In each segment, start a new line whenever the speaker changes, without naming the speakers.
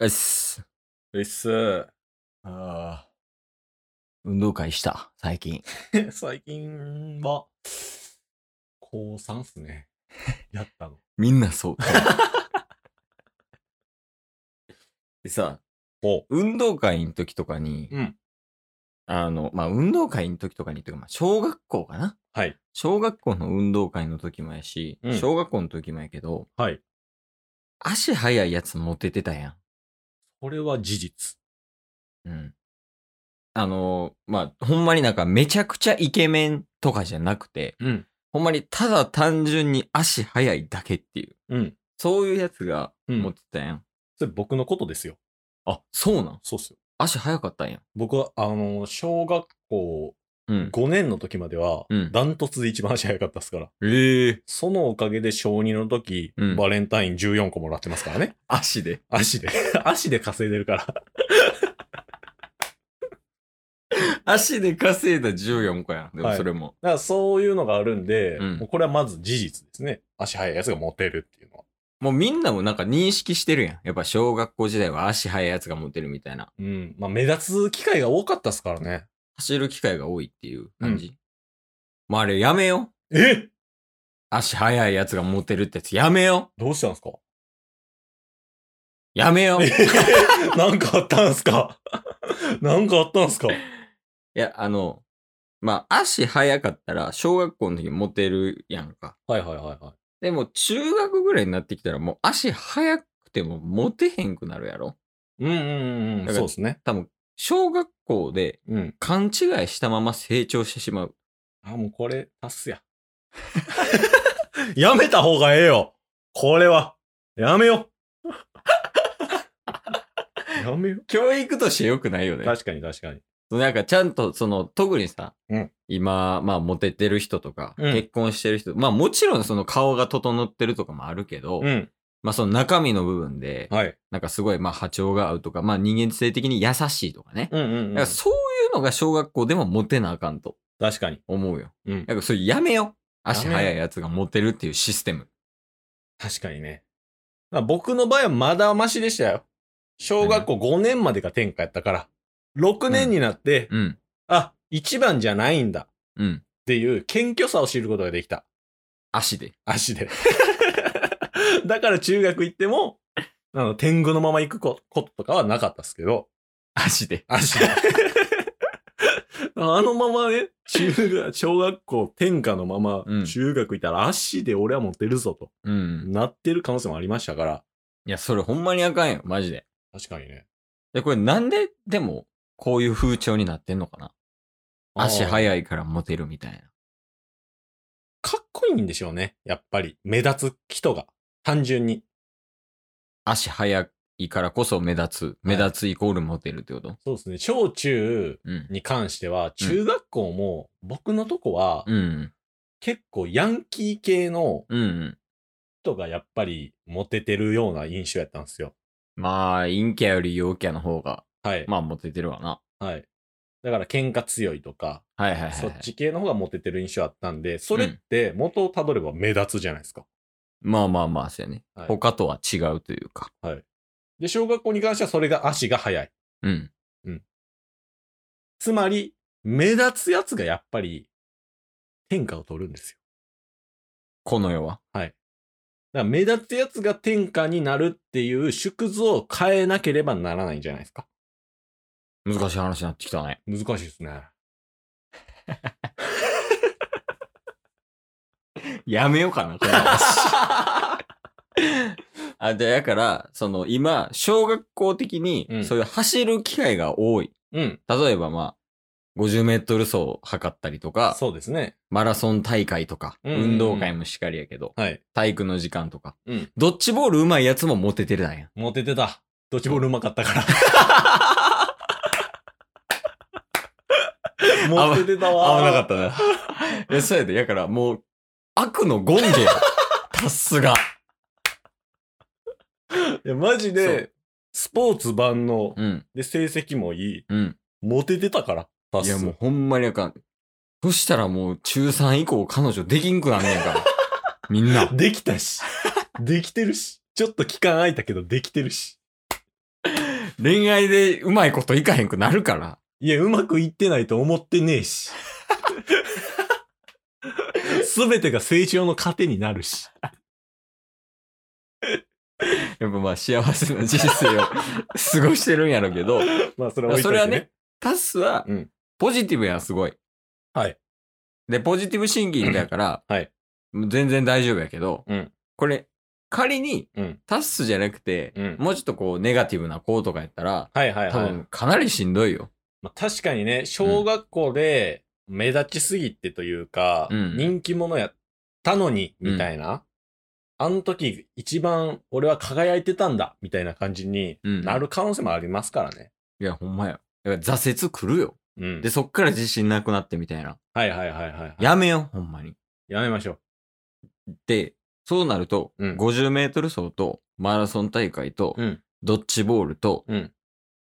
うっす。
うっす。あ
運動会した、最近。
ー 最近は、高3っす ね。やったの。
みんなそう。 でさ、
お
運動会の時とかに、
うん。
あの、まあ、運動会の時とかにというか、まあ、小学校かな
はい。
小学校の運動会の時もやし、
うん
小学校の時もやけど、
はい。
足速いやつモテてたや
これは事実。
ん。うん。あの、まあ、ほんまになんかめちゃくちゃイケメンとかじゃなくて、
うん。
ほんまにただ単純に足速いだけっていう、
うん。
そういうやつが
うん
モテたやん。
それ僕のことですよ。
あ、そうなん
そうっすよ。
足速かったんや。
僕は、あの、小学校
うん。
5年の時までは
うん、
ダントツで一番足早かったっすから。
ええ
そのおかげで小2の時、
うん
バレンタイン14個もらってますからね。
足で。
足で。 足で稼いでるから。
足で稼いだ14個やん。でも
はい
それも。
だから そういうのがあるんで、
うん
もうこれはまず事実ですね。足早いやつがモテるっていうのは。
もうみんなもなんか認識してるやん。やっぱ小学校時代は足速いやつがモテるみたいな。
うん。まあ目立つ機会が多かったっすからね。
走る機会が多いっていう感じ。もうあれやめよう。
え
足速いやつがモテるってやつやめよ
どうしたんですか
う。やめよう。い
なんかあったんすか なんかあったんすか
や、あの、まあ、足速かったら小学校の時モテるやんか。
はいはいはいはい。
でも中学ぐらいになってきたらもう足速くてもモテへんくなるやろ。
うんうんうん
だから
そうですね。
多分、小学校で
うん。
勘違いしたまま成長してしまう。
あ、もうこれ、足すや。 やめた方がええよ。これは。やめよ。 やめよ。
教育として良くないよね。
確かに確かに。
なんかちゃんと、その、特にさ、
うん
今、まあ、モテてる人とか、
うん
結婚してる人、まあ、もちろんその顔が整ってるとかもあるけど、
うん。
まあ、その中身の部分で、
はい。
なんかすごい、まあ、波長が合うとか、まあ、人間性的に優しいとかね。
うんうん、
だからそういうのが小学校でもモテなあかんと
確かに。
思うよ。
うん
だ。からそれやめよ。足
や
早
め
いやつがモテるっていうシステム。
確かにね。まあ僕の場合はまだマシでしたよ。小学校5年までが天下やったから、6年になって、
うん。
あ、一番じゃないんだっ
うん。
ていう謙虚さを知ることができた。
足で。
足で。 だから中学行っても、あの、天狗のまま行くここととかはなかったっすけど、
足で。
足 で。あのままね、中学、小学校天下のまま
うん、
中学行ったら足で俺は持ってるぞと、
うん。
なってる可能性もありましたから。
いや、それほんまにあかんよ。マジで。
確かにね。
で、これなんで、でも、こういう風潮になってんのかな足
い。
早いからモテるみたいな。
かっこいいんでしょうね。やっぱり。目立つ人が。単純に。
足早いからこそ目立つ。目立つイコールモテるってこと、
そうですね。小中
うん。
に関しては、中学校も、僕のとこは、
うん。
結構ヤンキー系の
うんうん。
人がやっぱりモテてるような印象やったんですよ。
まあ、陰キャより陽キャの方が、
はい。
まあ、モテてるわな。
はい。だから喧嘩強いとか、
はいはいはいはい。
そっち系の方がモテてる印象あったんで、それって元をたどれば目立つじゃないですか。
まあまあまあ、そうやね、
はい
他とは違うというか。
で、小学校に関してはそれが足が速い。
うん。
つまり、目立つやつがやっぱり、天下を取るんですよ。
この世は。
だから目立つやつが天下になるっていう縮図を変えなければならないんじゃないですか。
難しい話になってきたね。
難しいですね。
やめようかな、この話。 あ、で、だから、その、今、小学校的に
う、ん
そういう走る機会が多い。
うん。
例えばまあ、50メートル走を測ったりとか、
そうですね。
マラソン大会とか、
うんうんうん
運動会もしかりやけど、
はい。
体育の時間とか、
うん
ドッジボール上手いやつもモテてるなんや。
モテてた。ドッジボールうまかったから。 モテてたわ。
危なかった な。え、そうやで。やからもう、悪の権 限。タスが。
た。いや、マジ
そ
で
う、
スポーツ版の、
うん、
で、成績もいい。
うん。
モテてたから。パ
い
ス
やもうほんまにあかん。そしたらもう中3以降彼女できんくなんねん から。みんな。
できたし。できてるし。ちょっと期間空いたけど、できてるし。
恋愛でうまいこといかへんくなるから。
いや、うまくいってないと思ってねえし。 すべてが成長の糧になるし。
やっぱまあ幸せな人生 を過ごしてるんやろうけど、
まあ、それ
は置いといてねそれはね。タスは
うん
ポジティブやん、すごい。
はい。
で、ポジティブシンキングやから、
はい
全然大丈夫やけど、
うん
これ、仮に
うん。
タスじゃなくて、
うん
もうちょっとこう、ネガティブな子とかやったら、
はいはい
多
はい。
分かなりしんどいよ。
まあ、確かにね、小学校で目立ちすぎてというか、
うん
人気者やったのに、みたいな。あの時一番俺は輝いてたんだ、みたいな感じに
うん
なる可能性もありますからね。
いや、ほんまや。だから挫折来るよ。
うん。
で、そっから自信なくなってみたいな。
はいはいはいはいはい。
やめよう、ほんまに。
やめましょう。
で、そうなると、
うん
50メートル走と、マラソン大会と、
うん
ドッジボールと、
うん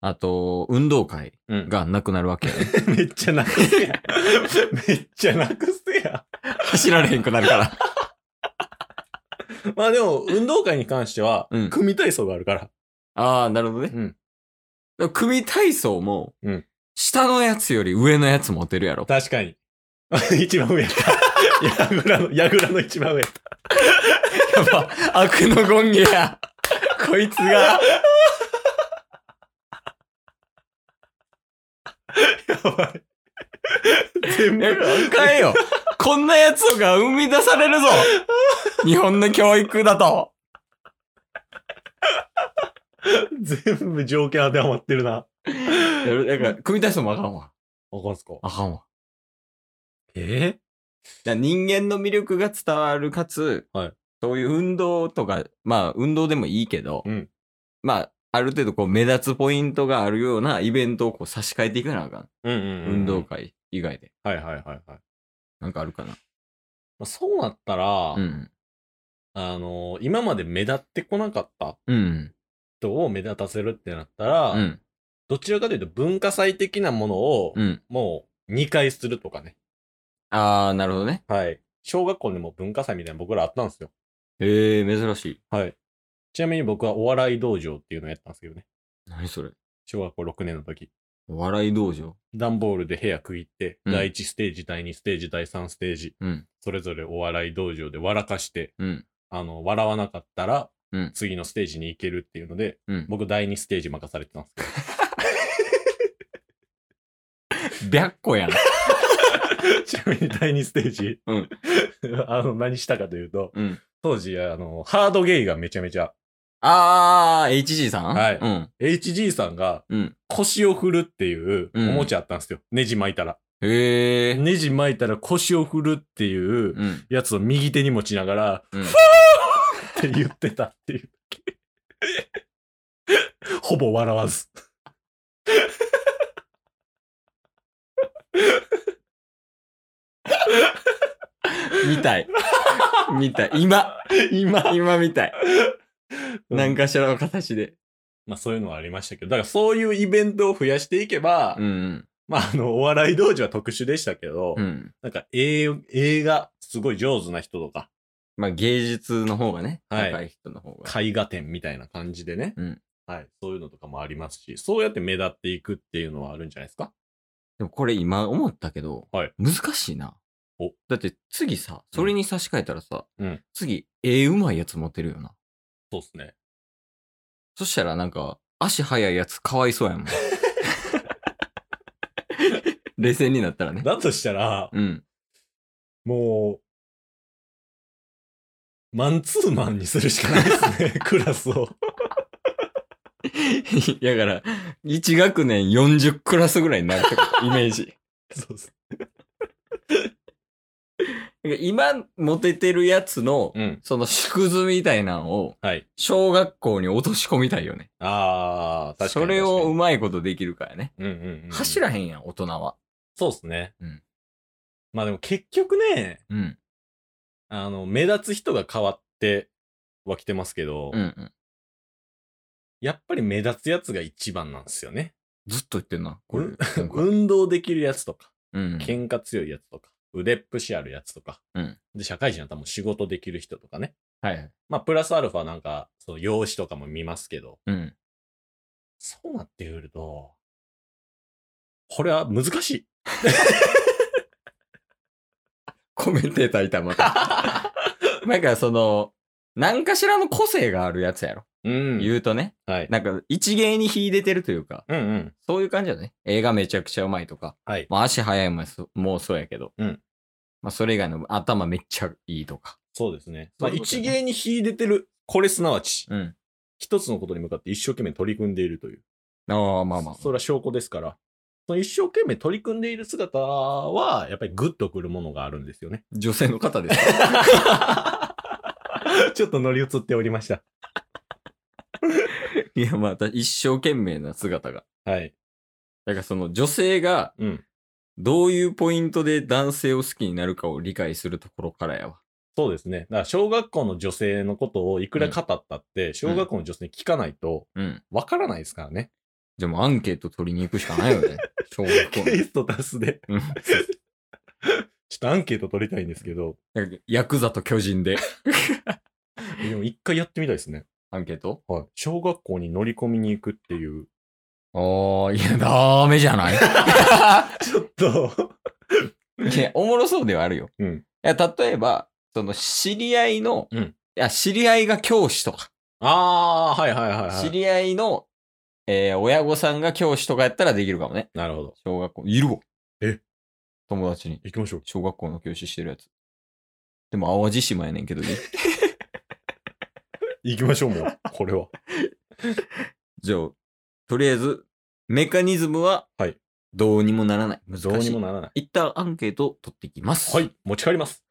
あと、運動会
うん。
がなくなるわけやね。
めっちゃなくす や。めっちゃなくすや。
走られへんくなるから。
まあでも、運動会に関しては
うん、
組体操があるから。
ああ、なるほどね。
うん
でも組体操も、
うん
下のやつより上のやつ持てるやろ。
確かに。 一番上やった。 やぐらの、やぐらの一番上や った。
やっぱ、悪の権限 や。こいつが。
やばい。全
いや、変えよ。こんなやつが生み出されるぞ。日本の教育だと。
部、 全部条件当てはまってる
だ
な。
から、組体操もあかんわ。
わかんすか
あかんわ。
え
だから人間の魅力が伝わるかつ、
はい
そういう運動とかまあ運動でもいいけど、
うん
まあある程度こう目立つポイントがあるようなイベントをこう差し替えていかなあかん、
うんうんうん。
運動。会以外で
はいはいはいはい。ま
なんかあるかな
あ、そうなったら、
うん
あのー今まで目立ってこなかった
うん
人を目立たせるってなったら、
うん
どちらかというと文化祭的なものを、
うん
もう2回するとかね。
ああなるほどね
はい。小学校でも文化祭みたいなの僕らあったんですよ。
へえ珍しい
はい。ちなみに僕はお笑い道場っていうのをやったんですけどね。
何それ
小学校6年の時。
お笑い道場
段ボールで部屋区切って、
うん
第1ステージ、第2ステージ、第3ステージ、
うん
それぞれお笑い道場で笑かして、
うん
あの、笑わなかったら
うん、
次のステージに行けるっていうので、
うん
僕第2ステージ任されてたんです けど。
白個やな
ちなみに第2ステージ、
うん
あの、何したかというと、
うん
当時、あの、ハードゲイがめちゃめちゃ、
ああ HG さん
はい
うん
HG さんが
うん
腰を振るっていうお
うん
もちゃあったんですよ。ネジ巻いたら。
へえ
ネジ巻いたら腰を振るっていう
うん
やつを右手に持ちながら、
うん
って言ってたっていう だけ。ほぼ笑わず。
見たい見たい今
今。
今みたい。何
か。
かしらの形で。
まあそういうのはありましたけど、だからそういうイベントを増やしていけば、
ん。
まああの、お笑い道場は特殊でしたけど、
うん。
なんか映映画すごい上手な人とか、
まあ芸術の方がね、
はい
高い人の方が。
絵画展みたいな感じでね、
うん
はい、そういうのとかもありますし、そうやって目立っていくっていうのはあるんじゃないですか
でもこれ今思ったけど、
はい
難しいな。
お
だって次さ、それに差し替えたらさ、
うん
次、絵うまいやつ持てるよな。
そうですね。
そしたらなんか、足速いやつかわいそうや もん。冷静になったらね。
だとしたら、
うん。
もう、マンツーマンにするしかないです ね、クラスを。
だから、1学年40クラスぐらいになるってこと、イメージ。
そうです。
なんか今、モテてるやつの、
うん。
その縮図みたいなのを
はい。
小学校に落とし込みたいよね。
あー、確かに
それをう
確
まいことできるからね。
かにうんうんうん、
走らへんやん、大人は。
そうですね。
うん
まあでも結局ね、
うん。
あの、目立つ人が変わっては来てますけど、
うん、うん。
やっぱり目立つやつが一番なんですよね。
ずっと言ってんな。これ。
うん
なんか
運動できるやつとか、
うん。
喧嘩強いやつとか、腕っぷしあるやつとか、
うん
で、社会人だったらもう仕事できる人とかね。
はい。
まあ、プラスアルファなんか、その容姿とかも見ますけど、
うん。
そうなってくると、これは難しい。
コメンテーターいた、また。 なんかその、何かしらの個性があるやつやろ。
うん
言うとね。
はい。
なんか一芸に秀でてるというか、
うんうん。
そういう感じだね。映画めちゃくちゃうまいとか、
はい。
まあ足早いもそもうそうやけど、
うん
まあそれ以外の頭めっちゃいいとか。
そうですね。まあ、
そういうことだね
一芸に秀でてる、これすなわち、
うん。
一つのことに向かって一生懸命取り組んでいるという。
ああ、まあまあ。
それは証拠ですから。その一生懸命取り組んでいる姿は、やっぱりグッとくるものがあるんですよね。
女性の方ですか
ちょっと乗り移っておりました。
いや、まあ、た一生懸命な姿が。
はい。
だからその女性が
うん。
どういうポイントで男性を好きになるかを理解するところからやわ。
そうですね。だから小学校の女性のことをいくら語ったって、小学校の女性に聞かないと
うん。
わからないですからね。
じゃあもうアンケート取りに行くしかないよ ね。小学校
テ イスト足すで。
の。うん
ちょっとアンケート取りたいんですけど、
なんかヤクザと巨人で。
でも一回やってみたいですね。
アンケー ト
はい。小学校に乗り込みに行くっていう。
ああ、いや、ダメじゃない
ちょっと。
いや、おもろそうではあるよ。
うん。
いや、例えば、その、知り合いの、
うん
いや、知り合いが教師とか、
ああ、はいはいはい、は
知
い。
り合いの、えー親御さんが教師とかやったらできるかもね。
なるほど。
小学校。いるわ。
え
友達に、
行きましょう。
小学校の教師してるやつ。でも、淡路島やねんけど ね。
行きましょう、もう。これは。
じゃあ、とりあえず、メカニズムは、
はい
どうにもならない。
どうにも
い。
ならない。
一旦アンケートを取っていきます。
はい。持ち帰ります。